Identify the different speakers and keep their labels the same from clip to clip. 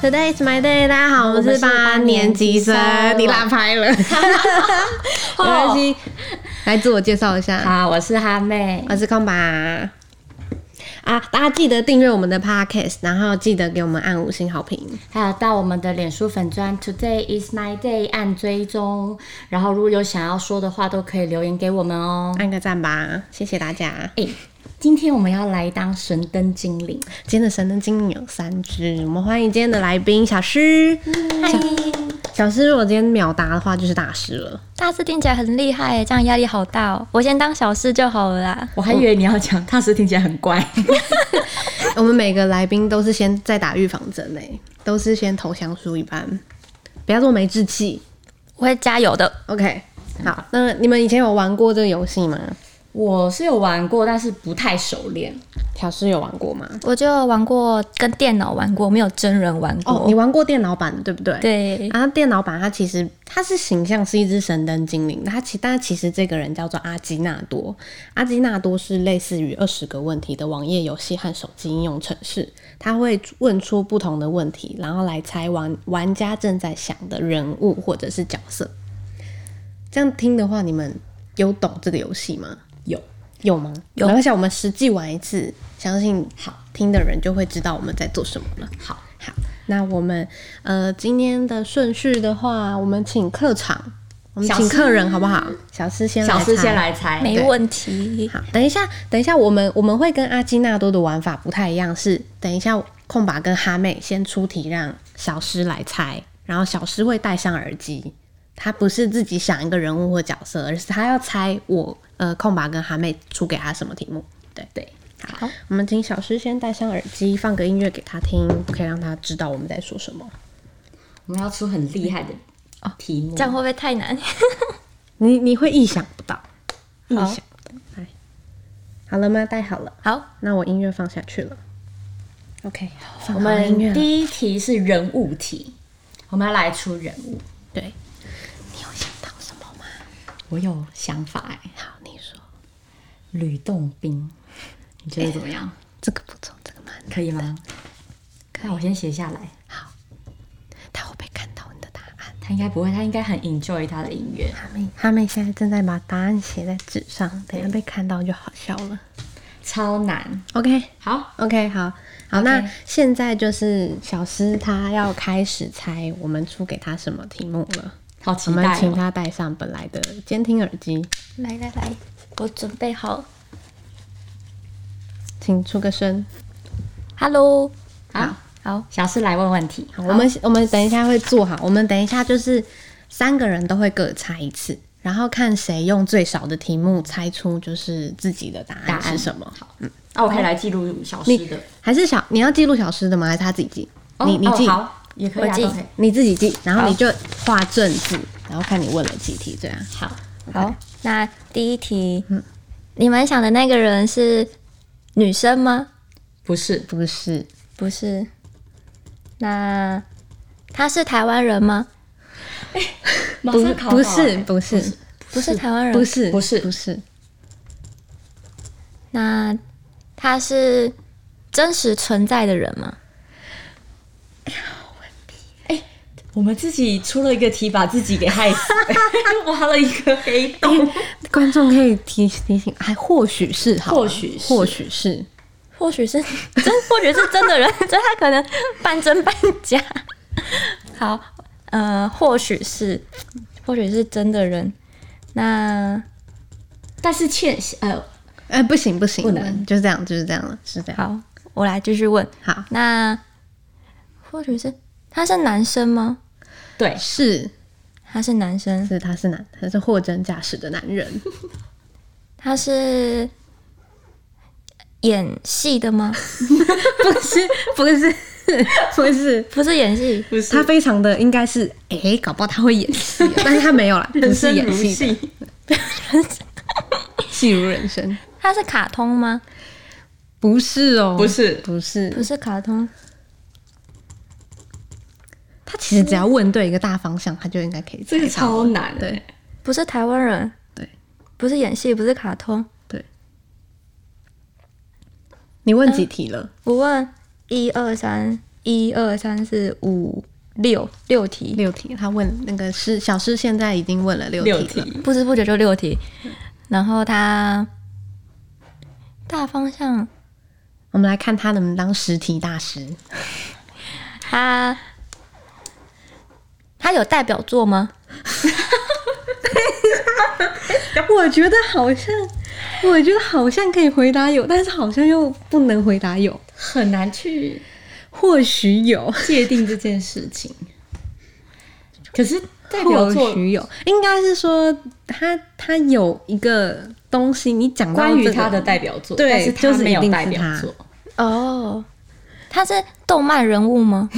Speaker 1: Today is my day，大家好，我
Speaker 2: 我们
Speaker 1: 是
Speaker 2: 是
Speaker 1: 八
Speaker 2: 八
Speaker 1: 年
Speaker 2: 年
Speaker 1: 级
Speaker 2: 级
Speaker 1: 生
Speaker 2: 生，哦
Speaker 1: 你拉拍 了，没关系，来自我介绍一下，
Speaker 2: 好，我是哈妹。
Speaker 1: 我是康爸啊，大家记得订阅我们的 Podcast，然后记得给我们按五星好评。
Speaker 2: 还有到我们的脸书粉砖 Today is my day 按追踪，然后如果有想要说的话，都可以留言给我们哦。
Speaker 1: 按个赞吧，谢谢大家。
Speaker 2: 哎、今天我们要来当神灯精灵，
Speaker 1: 今天的神灯精灵有三只，我们欢迎今天的来宾小诗。
Speaker 3: 嗨，
Speaker 1: 小诗，如果今天秒答的话，就是大师了。
Speaker 3: 大师听起来很厉害耶，这样压力好大哦。我先当小事就好了啦。
Speaker 2: 我还以为你要讲，大师听起来很乖。
Speaker 1: 我们每个来宾都是先在打预防针诶，都是先投降输一般，不要这么没志气。
Speaker 3: 我会加油的。
Speaker 1: OK，好，那你们以前有玩过这个游戏吗？
Speaker 2: 我是有玩过，但是不太熟练。
Speaker 1: 小诗有玩过吗？
Speaker 3: 我就玩过跟电脑玩过，没有真人玩过。
Speaker 1: 哦，你玩过电脑版的对不对？。
Speaker 3: 对，
Speaker 1: 啊，电脑版它其实它是形象是一只神灯精灵，它其但其实这个人叫做阿基纳多。阿基纳多是类似于二十个问题的网页游戏和手机应用程式，它会问出不同的问题，然后来猜玩玩家正在想的人物或者是角色。这样听的话，你们有懂这个游戏吗？
Speaker 2: 有，
Speaker 1: 有吗？
Speaker 3: 有
Speaker 1: 没关系，我们实际玩一次，相信好听的人就会知道我们在做什么了。
Speaker 2: 好，
Speaker 1: 好，那我们呃今天的顺序的话，我们请客场，我们
Speaker 2: 小
Speaker 1: 请
Speaker 2: 诗
Speaker 1: 客人好不好？小诗先来，
Speaker 2: 小诗先。来猜。
Speaker 3: 没问题。
Speaker 1: 好，等一下，等一下，我们我们会跟阿基纳多的玩法不太一样，是等一下空把跟哈妹先出题，让小诗来猜，然后小诗会戴上耳机，他不是自己想一个人物或角色，而是他要猜我呃空把跟哈妹出给他什么题目。对对，好，我们请小诗先戴上耳机，放个音乐给他听，可以让他知道我们在说什么。
Speaker 2: 我们要出很厉害的题目。
Speaker 3: 这样会不会太难？
Speaker 1: 你你会意想不到，意
Speaker 3: 好
Speaker 1: 想不到。来，好了吗？戴好了，
Speaker 3: 好，
Speaker 1: 那我音乐放下去了。OK，放
Speaker 2: 我
Speaker 1: 好音乐
Speaker 2: 们
Speaker 1: 了
Speaker 2: 第一题是人物题，我们要来出人物。
Speaker 1: 对，你有想到什么吗？
Speaker 2: 我有想法哎、
Speaker 1: 好，你说
Speaker 2: 吕洞宾，你觉得怎么样？
Speaker 1: 这个不错，这个蛮，
Speaker 2: 可以吗？那我先写下来。
Speaker 1: 他会不会看到你的答案？
Speaker 2: 他应该不会，他应该很 enjoy 他的音乐。
Speaker 1: 哈妹，哈妹现在正在把答案写在纸上，等一下被看到就好笑了。
Speaker 2: 超难。
Speaker 1: OK，
Speaker 2: 好，
Speaker 1: OK，好好那现在就是小诗他要开始猜我们出给他什么题目了。
Speaker 2: 好
Speaker 1: 我
Speaker 2: 期
Speaker 1: 们
Speaker 2: 待、
Speaker 1: 请
Speaker 2: 哦。
Speaker 1: 他戴上本来的监听耳机，
Speaker 3: 来来来，我准备好。
Speaker 1: 请出个声。
Speaker 3: Hello，
Speaker 2: 好，
Speaker 3: 好，
Speaker 2: 小诗来问问题。
Speaker 1: 好，我们我们等一下会做好，我们等一下就是三个人都会各猜一次，然后看谁用最少的题目猜出就是自己的答
Speaker 2: 答
Speaker 1: 案
Speaker 2: 案
Speaker 1: 是什么。
Speaker 2: 好，嗯，那、我可以来记录小诗的。
Speaker 1: 还是小你要记录小诗的吗？还是他自己记？
Speaker 2: 哦
Speaker 1: 你你记、
Speaker 2: 哦、好，也可以、
Speaker 3: 我
Speaker 2: 啊。
Speaker 3: 记
Speaker 2: 都可以
Speaker 1: 你自己记，然后你就画正字，然后看你问了几题这样。
Speaker 2: 好，
Speaker 3: 好，那第一题，你们想的那个人是女生吗？
Speaker 2: 不是，
Speaker 1: 不是，
Speaker 3: 不是。那她是台湾人吗？
Speaker 2: 马
Speaker 1: 不
Speaker 2: 上考到
Speaker 1: 不是
Speaker 2: 哎
Speaker 1: 不是
Speaker 3: 不是台湾人，
Speaker 1: 不是
Speaker 2: 不是
Speaker 1: 不是
Speaker 3: 那他是真实存在的人吗？
Speaker 2: 我们自己出了一个题，把自己给害死， 挖了一个黑洞。
Speaker 1: 观众可以提提醒，还或许是好了，
Speaker 2: 或许是
Speaker 1: 或许是
Speaker 3: 或许是 真，或许是真的 人，这他可能半真半假。好，呃，或许是，或许是真的人。那
Speaker 2: 但是欠呃，
Speaker 1: 哎、不行不行，
Speaker 2: 不能
Speaker 1: 就是这样，就是这样了，是这样。
Speaker 3: 好，我来继续问。
Speaker 1: 好，
Speaker 3: 那或许是他是男生吗？
Speaker 2: 对，
Speaker 1: 是
Speaker 3: 他是男生，
Speaker 1: 是，他是男，他是货真价实的男人，
Speaker 3: 他是演戏的吗？
Speaker 1: 不是不是不是，
Speaker 3: 不是演戏，
Speaker 2: 不是
Speaker 1: 他非常的应该是，哎、搞不好他会演戏哦，但是他没有啦，不
Speaker 2: 人
Speaker 1: 是
Speaker 2: 生
Speaker 1: 演
Speaker 2: 如
Speaker 1: 戏的，
Speaker 2: 戏。 嗯
Speaker 1: 戏如人生，
Speaker 3: 他是卡通吗？
Speaker 1: 不是哦，
Speaker 2: 不是
Speaker 1: 不
Speaker 3: 不
Speaker 1: 是，
Speaker 3: 是卡通，
Speaker 1: 他其实只要问对一个大方向，他就应该可以猜
Speaker 2: 这
Speaker 1: 到
Speaker 2: 个
Speaker 1: 了，
Speaker 2: 超难哎
Speaker 1: 对
Speaker 3: 不是台湾人，
Speaker 1: 对
Speaker 3: 不是演戏，不是卡通。
Speaker 1: 对。你问几题了？
Speaker 2: 嗯
Speaker 3: 我问一二三，一二三四五六六题，
Speaker 1: 六题，他问那个诗小诗现在已经问了六题了，
Speaker 3: 不知不觉就六题。然后他大方向，
Speaker 1: 我们来看他能不能当十题大师。
Speaker 3: 他他有代表作吗？
Speaker 1: 我觉得好像，我觉得好像可以回答有，但是好像又不能回答有，
Speaker 2: 很难去
Speaker 1: 或许有，
Speaker 2: 界定这件事情。可是代表
Speaker 1: 或
Speaker 2: 作
Speaker 1: 许有，应该是说他他有一个东西，你讲到、这
Speaker 2: 关于
Speaker 1: 个
Speaker 2: 他的代表作，
Speaker 1: 对
Speaker 2: 但是
Speaker 1: 就
Speaker 2: 他
Speaker 1: 是
Speaker 2: 没
Speaker 1: 一定
Speaker 2: 有
Speaker 1: 是
Speaker 2: 代表
Speaker 1: 他嗯
Speaker 2: 作。
Speaker 3: 哦，他是动漫人物吗？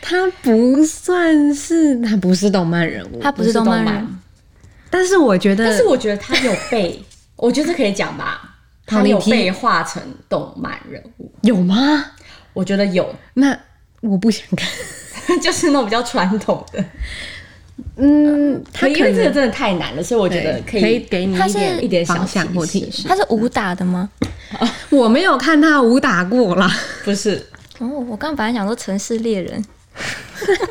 Speaker 1: 他不算是他不是动漫人物，
Speaker 3: 他不是动漫人，
Speaker 1: 但是我觉得，
Speaker 2: 但是我觉得他有被，我觉得这可以讲 吧，
Speaker 1: 好
Speaker 2: 他有
Speaker 1: 你提
Speaker 2: 被画成动漫人物，
Speaker 1: 有吗？
Speaker 2: 我觉得有，
Speaker 1: 那我不想看。
Speaker 2: 就是那种比较传统的。
Speaker 1: 嗯，他
Speaker 2: 因
Speaker 1: 可
Speaker 2: 为这个
Speaker 1: 能
Speaker 2: 真的太难了，所以我觉得
Speaker 1: 可
Speaker 2: 以
Speaker 1: 以给你
Speaker 3: 他
Speaker 1: 一
Speaker 3: 是
Speaker 1: 点
Speaker 2: 一点小
Speaker 1: 方向
Speaker 2: 提
Speaker 1: 或
Speaker 2: 示
Speaker 1: 提示。
Speaker 3: 他是武打的吗？
Speaker 1: 我没有看他武打过啦，
Speaker 2: 不是。
Speaker 3: 哦，我刚本来想说城市猎人，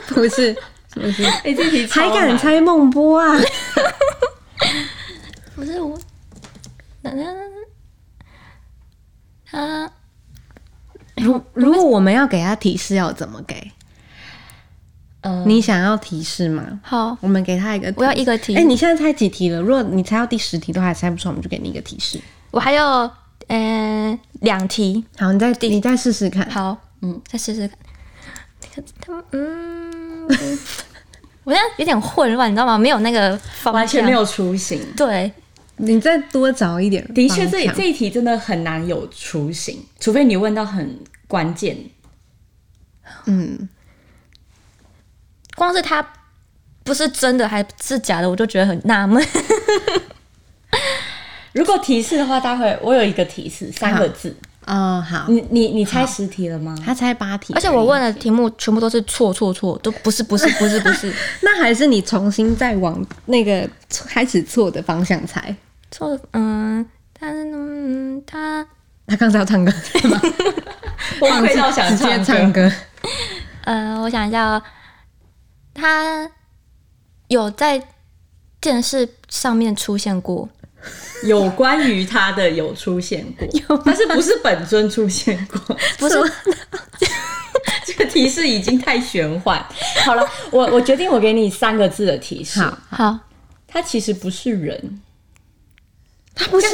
Speaker 1: 不 是不是，
Speaker 2: 哎、这题
Speaker 1: 还
Speaker 2: 超
Speaker 1: 敢
Speaker 2: 难？
Speaker 1: 猜孟波啊？
Speaker 3: 不是我，那那他
Speaker 1: 如如果我们要给他提示，要怎么给？
Speaker 2: 呃
Speaker 1: 你想要提示吗？
Speaker 3: 好，
Speaker 1: 我们给他一个，
Speaker 3: 我要一个提
Speaker 1: 哎、你现在猜几题了？如果你猜到第十题都还猜不出，我们就给你一个提示。
Speaker 3: 我还有嗯两题，
Speaker 1: 好，你再你再试试看。
Speaker 3: 好，嗯，再试试看。那个他们嗯， 我现在有点混乱，你知道吗？没有那个方向
Speaker 2: 完全没。有雏形。
Speaker 3: 对，
Speaker 1: 你再多找一点方向。
Speaker 2: 的确，这这一题真的很难有雏形，除非你问到很关键。
Speaker 1: 嗯，
Speaker 3: 光是他不是真的还是假的，我就觉得很纳闷。
Speaker 2: 如果提示的话，待会我有一个提示，三个字。
Speaker 1: 哦，好，
Speaker 2: 你你你猜十题了吗？
Speaker 1: 他猜八题，
Speaker 3: 而且我问的题目全部都是错错错，都不是不是不是不是
Speaker 1: 那还是你重新再往那个开始错的方向猜。
Speaker 3: 错，嗯，但是嗯，他
Speaker 1: 他刚才要唱歌，对吗？
Speaker 2: 我亏到想
Speaker 1: 直接
Speaker 2: 唱
Speaker 1: 唱
Speaker 2: 歌。
Speaker 1: 歌。
Speaker 3: 呃，我想一下、哦，他有在电视上面出现过，
Speaker 2: 有关于他的有出现
Speaker 1: 啊
Speaker 2: 过，但是不是本尊出现过？
Speaker 3: 不是
Speaker 2: 这个提示已经太玄幻。好了，我我决定，我给你三个字的提示。
Speaker 1: 好，
Speaker 3: 好，
Speaker 2: 他其实不是人，
Speaker 1: 他不是，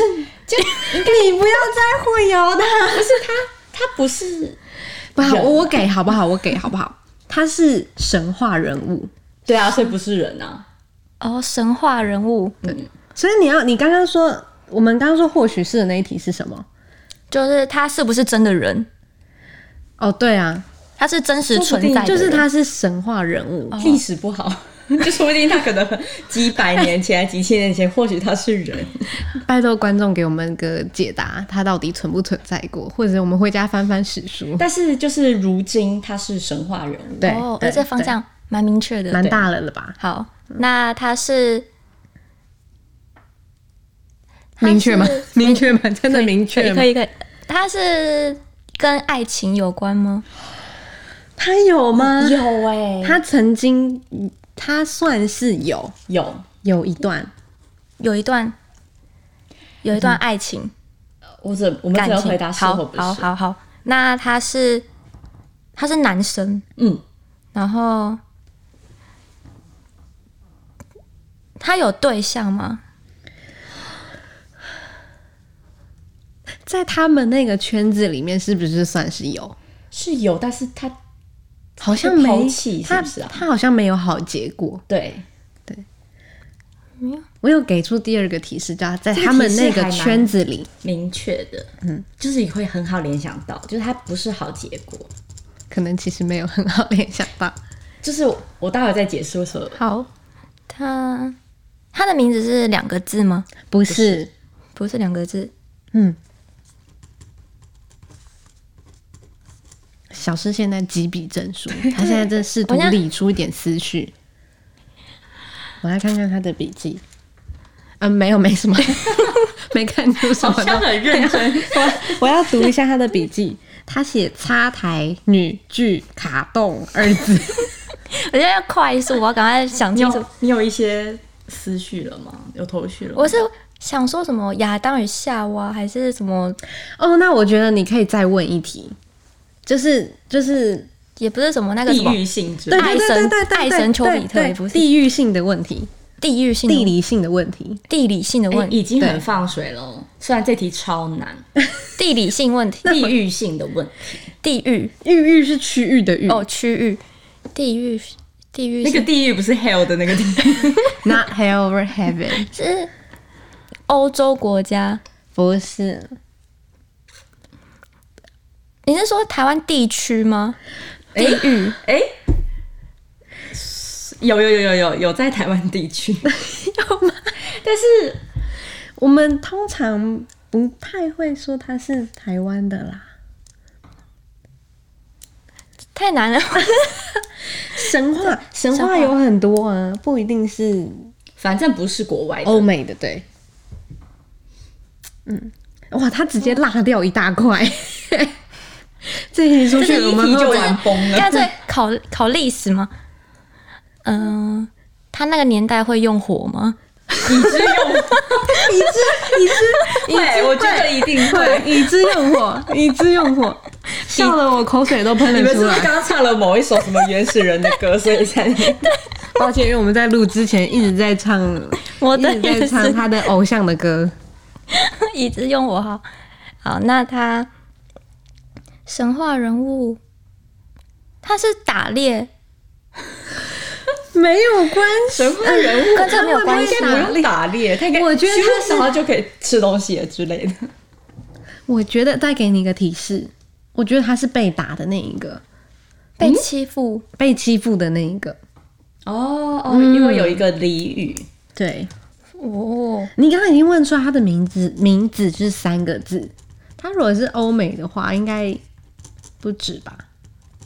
Speaker 1: 就你不要再混淆他。
Speaker 2: 不是他，他不是。
Speaker 1: 不好，
Speaker 2: 人
Speaker 1: 我我给好不好？我给好不好？他是神话人物，
Speaker 2: 对啊，所以不是人啊。
Speaker 3: 哦，神话人物
Speaker 1: 所以你要，你刚刚说，我们刚刚说或许是的那一题是什么？
Speaker 3: 就是他是不是真的人？
Speaker 1: 哦，对啊，
Speaker 3: 他是真实存在的人，
Speaker 1: 就是他是神话人物，
Speaker 3: 哦
Speaker 2: 历史不好， 就说不定他可能几百年前、几千年前，或许他是人。
Speaker 3: 嗯
Speaker 1: 拜托观众给我们个解答，他到底存不存在过，或者我们回家翻翻史书。
Speaker 2: 但是就是如今他是神话人物，
Speaker 1: 对，
Speaker 3: 哦，
Speaker 1: 对
Speaker 3: 而这方向蛮明确
Speaker 1: 对
Speaker 3: 的。
Speaker 1: 蛮大了的吧？
Speaker 3: 好，那他是他是
Speaker 1: 明确吗？明确吗？真的明
Speaker 3: 可
Speaker 1: 确
Speaker 3: 以
Speaker 1: 吗
Speaker 3: 可？以可以，他是跟爱情有关吗？
Speaker 1: 他有吗？
Speaker 3: 嗯
Speaker 2: 有哎、
Speaker 1: 他曾经，他算是有
Speaker 2: 有。
Speaker 1: 有一段，
Speaker 3: 有一段有
Speaker 1: 嗯
Speaker 3: 一段爱情。
Speaker 2: 我只我们
Speaker 3: 感
Speaker 2: 只能
Speaker 3: 情
Speaker 2: 回答是
Speaker 3: 好
Speaker 2: 或不
Speaker 3: 好
Speaker 2: 是。
Speaker 3: 好好，那他是他是男生，
Speaker 2: 嗯，
Speaker 3: 然后他有对象吗？
Speaker 1: 在他们那个圈子里面，是不是算是有？
Speaker 2: 是有，但是他
Speaker 1: 好像
Speaker 2: 被
Speaker 1: 没，
Speaker 2: 抛弃是不是啊
Speaker 1: 他他好像没有好结果。
Speaker 2: 对
Speaker 1: 我有给出第二个提示，叫他在
Speaker 2: 这个
Speaker 1: 他们
Speaker 2: 提示
Speaker 1: 那个
Speaker 2: 还蛮
Speaker 1: 圈子里，
Speaker 2: 明确的，嗯，就是你会很好联想到，就是他不是好结果。
Speaker 1: 可能其实没有很好联想到。
Speaker 2: 就是我我待会再解释为什么。
Speaker 3: 好，他他的名字是两个字吗？
Speaker 1: 不是，
Speaker 3: 不是两个字，
Speaker 1: 嗯。小诗现在几笔证书，他现在正试图
Speaker 3: 我现在
Speaker 1: 理出一点思绪。啊我来看看他的笔记。嗯，没有，没什么， 没看出什么东西。
Speaker 2: 很认真。
Speaker 1: 我要读一下他的笔记，他写“插台女剧卡动”二字。
Speaker 3: 我现在要快速，我要赶快想
Speaker 2: 你
Speaker 3: 清楚
Speaker 2: 有。你有一些思绪了吗？有头绪了吗？
Speaker 3: 我是想说什么亚当与夏娃，还是什么？
Speaker 1: 哦，那我觉得你可以再问一题，就是就是
Speaker 3: 也不是什么那个什
Speaker 2: 地
Speaker 3: 么
Speaker 2: 域性质，
Speaker 1: 对
Speaker 3: 爱
Speaker 1: 对对
Speaker 3: 神
Speaker 1: 对对对
Speaker 3: 爱神丘比特
Speaker 1: 对对
Speaker 3: 不是
Speaker 1: 地域性的问题，
Speaker 3: 地域性的、
Speaker 1: 地理性的问题。
Speaker 3: 地理性的
Speaker 2: 哎
Speaker 3: 问
Speaker 2: 已经
Speaker 1: 对
Speaker 2: 很放水了哦。虽然这题超难，
Speaker 3: 地理性问题，
Speaker 2: 地域性的问题，
Speaker 3: 地域
Speaker 1: 域域是区域的域、
Speaker 3: 哦，区域，地域，地域
Speaker 2: 那个
Speaker 3: 性
Speaker 2: 地域不是 hell 的那个地域，
Speaker 1: n o t hell over heaven，
Speaker 3: 是欧洲国家。
Speaker 1: 不是
Speaker 3: 你是说台湾地区吗？
Speaker 2: 哎
Speaker 3: 地域
Speaker 2: 哎。有有有有有有在台湾地 区，
Speaker 1: 有吗？但是我们通常不太会说它是台湾的啦。
Speaker 3: 太难 了，
Speaker 1: 神话，神
Speaker 3: 神
Speaker 1: 话
Speaker 3: 话
Speaker 1: 有很多啊，不一定是
Speaker 2: 反正不是国外的。
Speaker 1: 欧美的，对，嗯，哇，他直接落掉一大块， 这一题出去
Speaker 2: 这
Speaker 1: 我
Speaker 2: 一
Speaker 1: 们
Speaker 2: 题就
Speaker 1: 会
Speaker 2: 玩崩了。
Speaker 3: 干脆考考历史吗？嗯、他那个年代会用火吗？
Speaker 2: 已知用，
Speaker 1: 已知已知
Speaker 2: 会，我觉得一定
Speaker 1: 对
Speaker 2: 会。，
Speaker 1: 已知用火， 已知用火，笑得我口水都喷
Speaker 2: 你
Speaker 1: 了
Speaker 2: 们
Speaker 1: 出
Speaker 2: 是不是
Speaker 1: 来。
Speaker 2: 刚刚唱了某一首什么原始人的 歌，所以才
Speaker 1: 抱歉，因为我们在录之前一直在唱，
Speaker 3: 我
Speaker 2: 哦
Speaker 1: 一
Speaker 3: 的
Speaker 1: 直在
Speaker 3: 也
Speaker 1: 唱
Speaker 3: 是，
Speaker 1: 他的偶像的歌。
Speaker 3: 椅子用火哈。好，那他神话人物，他是打猎，
Speaker 1: 没有关系，
Speaker 2: 神话人物
Speaker 3: 跟这没有关系
Speaker 2: 他会不会不用打猎，他应该
Speaker 1: 我觉得他是
Speaker 2: 然后就可以吃东西了之类的。
Speaker 1: 我觉得再给你一个提示，我觉得他是被打的那一个，
Speaker 3: 被欺负，
Speaker 1: 被欺负的那一个。
Speaker 2: 哦哦，因为有一个俚语，
Speaker 1: 对
Speaker 3: 哦，
Speaker 1: 你刚刚已经问出他的名字，名字是三个字。他如果是欧美的话，应该不止吧？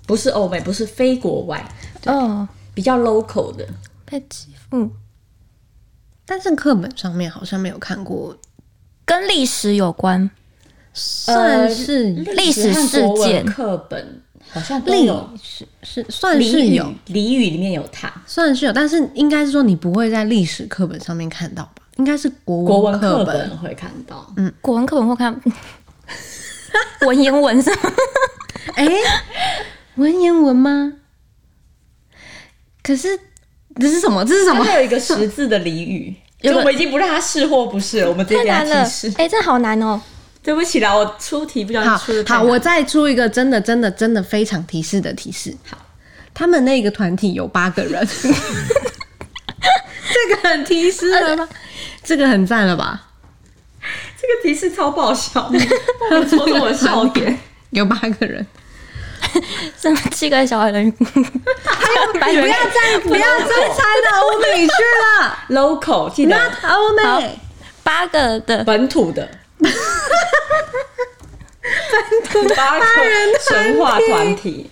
Speaker 2: 不是欧美，不是非国外，
Speaker 3: 哦，
Speaker 2: 比较 local 的。
Speaker 3: 被欺负，
Speaker 1: 但是课本上面好像没有看过，
Speaker 3: 跟历史有关，
Speaker 1: 算是有
Speaker 3: 历史事
Speaker 2: 呃和国文
Speaker 3: 件
Speaker 2: 课本好像都
Speaker 1: 历
Speaker 2: 有
Speaker 1: 史是算
Speaker 2: 俚
Speaker 1: 是
Speaker 2: 语，
Speaker 1: 有，
Speaker 2: 俚语里面有它。
Speaker 1: 算是有，但是应该是说你不会在历史课本上面看到吧？应该是国
Speaker 2: 国文
Speaker 1: 课
Speaker 2: 课本会看到，
Speaker 3: 国文课本会看。 文言文是吗？
Speaker 1: 哎、文言文吗？可是这是什么？这是什
Speaker 2: 它
Speaker 1: 么？
Speaker 2: 还有一个识字的俚语，
Speaker 3: 有
Speaker 2: 就
Speaker 3: 个
Speaker 2: 我们已经不让他是或不是了，我们直接
Speaker 3: 太
Speaker 2: 给他
Speaker 3: 难了
Speaker 2: 提示，。
Speaker 3: 哎、这好难哦、
Speaker 2: 对不起啦，我出题不小
Speaker 1: 好
Speaker 2: 心出的
Speaker 1: 好，我再出一个真的真的真的非常提示的提示。
Speaker 2: 好，
Speaker 1: 他们那个团体有八个 人，这个很提示了吧？这个很赞了吧？
Speaker 2: 这个提示超爆笑， 我戳中我的笑 点。
Speaker 1: 有八个人，
Speaker 3: 什么七个小矮 人？还有
Speaker 1: 不要再哎不要再猜到欧美去 了
Speaker 2: local 记得
Speaker 1: ，not 欧美
Speaker 3: 好。八个的
Speaker 2: 本土的，本土八个神话团体。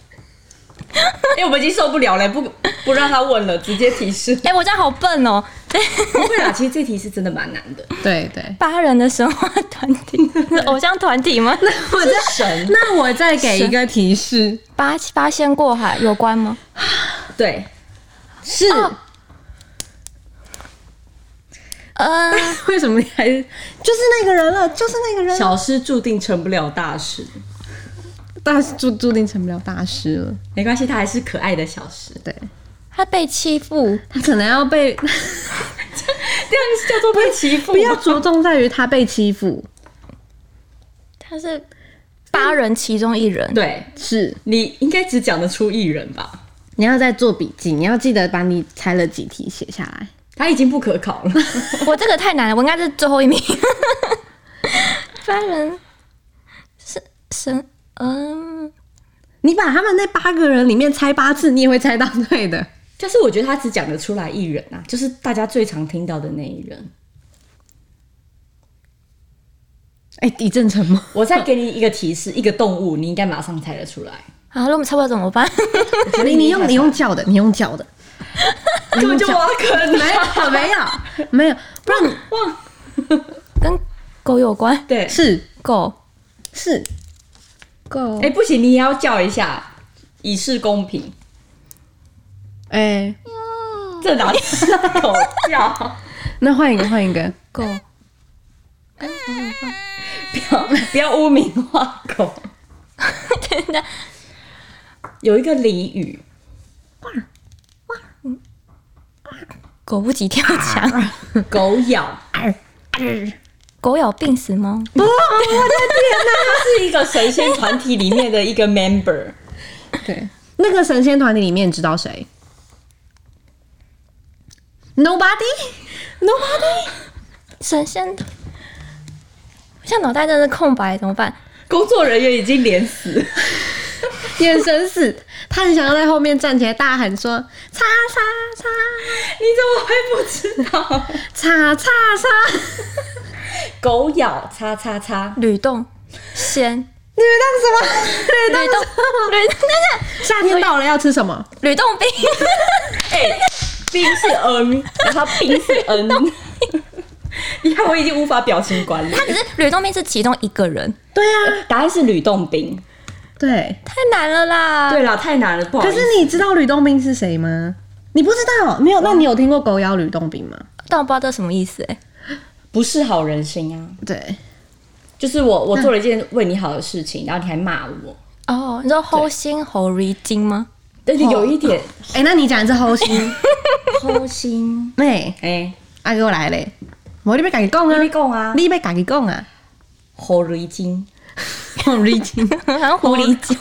Speaker 2: 哎、我们已经受不了了，不不让他问了，直接提示。
Speaker 3: 哎、我这样好笨哦、
Speaker 2: 不会啊啦，其实这题是真的蛮难的。
Speaker 1: 对对，
Speaker 3: 八人的神话团 体，是偶像团体吗？
Speaker 1: 我再
Speaker 2: 神
Speaker 1: 那我再给一个提示，
Speaker 3: 八八仙过海有关吗？
Speaker 2: 对，
Speaker 1: 是
Speaker 3: 哦呃，
Speaker 1: 为什么你还就是那个人了？就是那个人，
Speaker 2: 小师注定成不了大师，
Speaker 1: 大师注注定成不了大师了。
Speaker 2: 没关系，他还是可爱的小师。
Speaker 1: 对
Speaker 3: 他被欺负，
Speaker 1: 他可能要 被
Speaker 2: 这样叫做被欺负
Speaker 1: 不要
Speaker 2: 吗？
Speaker 1: 着重在于他被欺负，
Speaker 3: 他是八人其中一人。
Speaker 2: 对
Speaker 1: 是
Speaker 2: 你应该只讲得出艺人吧？
Speaker 1: 你要在做笔记，你要记得把你猜了几题写下来。
Speaker 2: 他已经不可 考了。
Speaker 3: 我这个太难了，我应该是最后一名。八人是神，嗯，
Speaker 1: 你把他们那八个人里面猜八次，你也会猜到对的。
Speaker 2: 但是我觉得他只讲得出来艺人啊，就是大家最常听到的那一人。
Speaker 1: 哎、一阵沉默。
Speaker 2: 我再给你一个提示，一个动物，你应该马上猜得出来。
Speaker 3: 好，那我们猜不到怎么办？
Speaker 2: 我觉得
Speaker 1: 你你
Speaker 2: 应该
Speaker 1: 用你用叫的，你用叫 的，
Speaker 2: 根本就挖坑，
Speaker 1: 没有没有没有，不然你
Speaker 2: 忘
Speaker 3: 跟狗有关，
Speaker 2: 对，
Speaker 1: 是
Speaker 3: 狗
Speaker 1: 是
Speaker 3: 狗
Speaker 2: 哎、不行，你也要叫一下，以示公平。
Speaker 1: 哎、
Speaker 2: 这哪是 狗叫？
Speaker 1: 那换一个换一个，
Speaker 3: 狗
Speaker 2: 不要不要污名化狗。
Speaker 3: 真的
Speaker 2: 有一个俚语，
Speaker 3: 狗不及跳墙，
Speaker 2: 狗 咬，
Speaker 3: 狗咬病死猫，
Speaker 2: 它是一个神仙团体里面的一个 member。
Speaker 1: 对，那个神仙团体里面，你知道谁？Nobody，Nobody，
Speaker 3: 神仙，我现在脑袋真的是空白，怎么办？
Speaker 2: 工作人员已经连死，
Speaker 1: 眼神死，他很想要在后面站起来大喊说：“叉
Speaker 2: 你怎么会不知道？
Speaker 1: 叉叉叉叉
Speaker 2: 狗咬，叉叉叉，
Speaker 3: 吕洞仙，
Speaker 1: 你们当什么？
Speaker 3: 吕洞吕 那个
Speaker 1: 夏天到了要吃什么？
Speaker 3: 吕洞宾，
Speaker 2: 冰是 n，然后冰是 n。你看，我已经无法表情管理。
Speaker 3: 他只是吕洞宾是其中一个人，
Speaker 1: 对啊，
Speaker 2: 答案是吕洞宾。
Speaker 1: 对。
Speaker 3: 太难了啦。
Speaker 2: 对了，太难了，不好
Speaker 1: 可
Speaker 2: 意思
Speaker 1: 是。你知道吕洞宾是谁吗？你不知道？没有？那你有听过狗咬吕洞宾吗？
Speaker 3: 但我不知道这什么意思哎、
Speaker 2: 不是好人心啊！
Speaker 1: 对，
Speaker 2: 就是我，我做了一件为你好的事情，然后你还骂我，
Speaker 3: 哦，你知道猴心猴瑞金吗？
Speaker 2: 但是有一点
Speaker 1: 哎、那你讲的是猴心
Speaker 2: 偷心。
Speaker 1: 妹，
Speaker 2: 哎，
Speaker 1: 阿给我来嘞，我你被家己讲啊
Speaker 2: 你，讲啊，
Speaker 1: 你被家己讲啊，
Speaker 2: 狐狸精，
Speaker 1: 狐狸精，
Speaker 3: 好像狐狸精，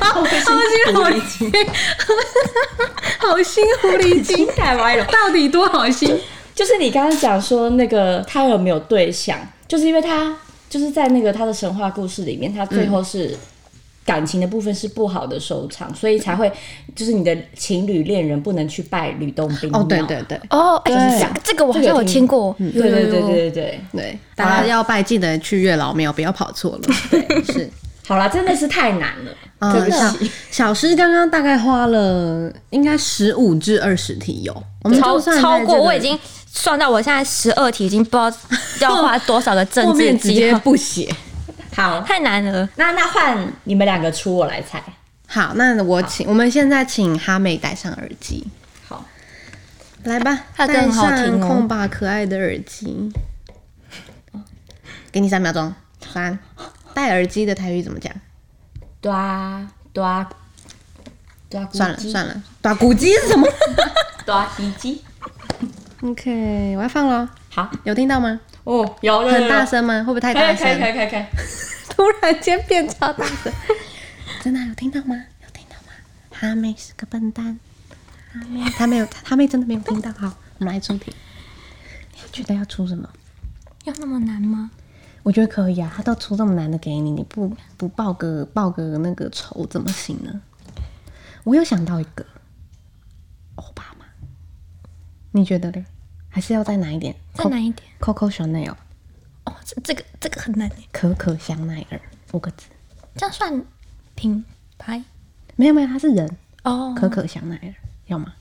Speaker 2: 猴 心狐狸精，
Speaker 1: 好心狐狸精，
Speaker 2: 太歪了。
Speaker 1: 到底多好心？
Speaker 2: 就是你刚刚讲说那个他有没有对象，就是因为他就是在那个他的神话故事里面，他最后是。感情的部分是不好的收场，所以才会就是你的情侣恋人不能去拜吕洞宾
Speaker 1: 哦，对
Speaker 2: 庙
Speaker 1: 对对
Speaker 3: 哦，哎、
Speaker 2: 对
Speaker 3: 这个这个我好像有听嗯过，
Speaker 2: 对对对对对对，
Speaker 1: 对，
Speaker 2: 好
Speaker 1: 大
Speaker 2: 啦
Speaker 1: 家要拜记得去月老庙，不要跑 错了。对，是。
Speaker 2: 好啦，真的是太难了，对
Speaker 1: 呃，
Speaker 2: 不
Speaker 1: 小
Speaker 2: 起，
Speaker 1: 小诗刚刚大概花了应该十五至二十题有，我们嗯
Speaker 3: 超
Speaker 1: 就算在
Speaker 3: 超过
Speaker 1: 这个
Speaker 3: 我已经算到我现在十二题已经不知道要花多少个政
Speaker 1: 后
Speaker 3: 治
Speaker 1: 面直
Speaker 3: 记
Speaker 1: 接
Speaker 3: 号，
Speaker 1: 不写。
Speaker 2: 好，
Speaker 3: 太难了。
Speaker 2: 那那换你们两个出，我来猜。
Speaker 1: 好，那我请我们现在请哈妹戴上耳机，
Speaker 2: 好，
Speaker 1: 来吧，
Speaker 3: 它的歌
Speaker 1: 戴
Speaker 3: 很好听
Speaker 1: 上
Speaker 3: 哦
Speaker 1: 空吧可爱的耳机，给你三秒钟，三。戴耳机的台语怎么讲？
Speaker 2: 抓抓抓，
Speaker 1: 算了算了，打古鸡是什么
Speaker 2: 抓鸡鸡。
Speaker 1: ？OK，我要放了，
Speaker 2: 好，
Speaker 1: 有听到吗？
Speaker 2: 哦，有有有
Speaker 1: 很大，声吗？会不会太
Speaker 2: 有可
Speaker 1: 大
Speaker 2: 以可以可
Speaker 1: 声？
Speaker 2: 以可以可以。
Speaker 1: 突然间变超大声，真的有听到吗？有听到吗？哈妹是个笨蛋，哈妹她没有，她妹真的没有听到。好，我们来出题，你觉得要出什么？
Speaker 3: 有那么难吗？
Speaker 1: 我觉得可以啊，他都出这么难的给你，你不不报个报个那个仇怎么行呢？我有想到一个，奥巴马，你觉得嘞？还是要再难一点？
Speaker 3: 再难一点
Speaker 1: ？Coco Chanel，
Speaker 3: 哦，这这个这个很难耶，
Speaker 1: 可可香奈儿五个字，
Speaker 3: 这样算品牌
Speaker 1: 没有没有，他是人，
Speaker 3: 哦。
Speaker 1: 可可香奈儿，要吗？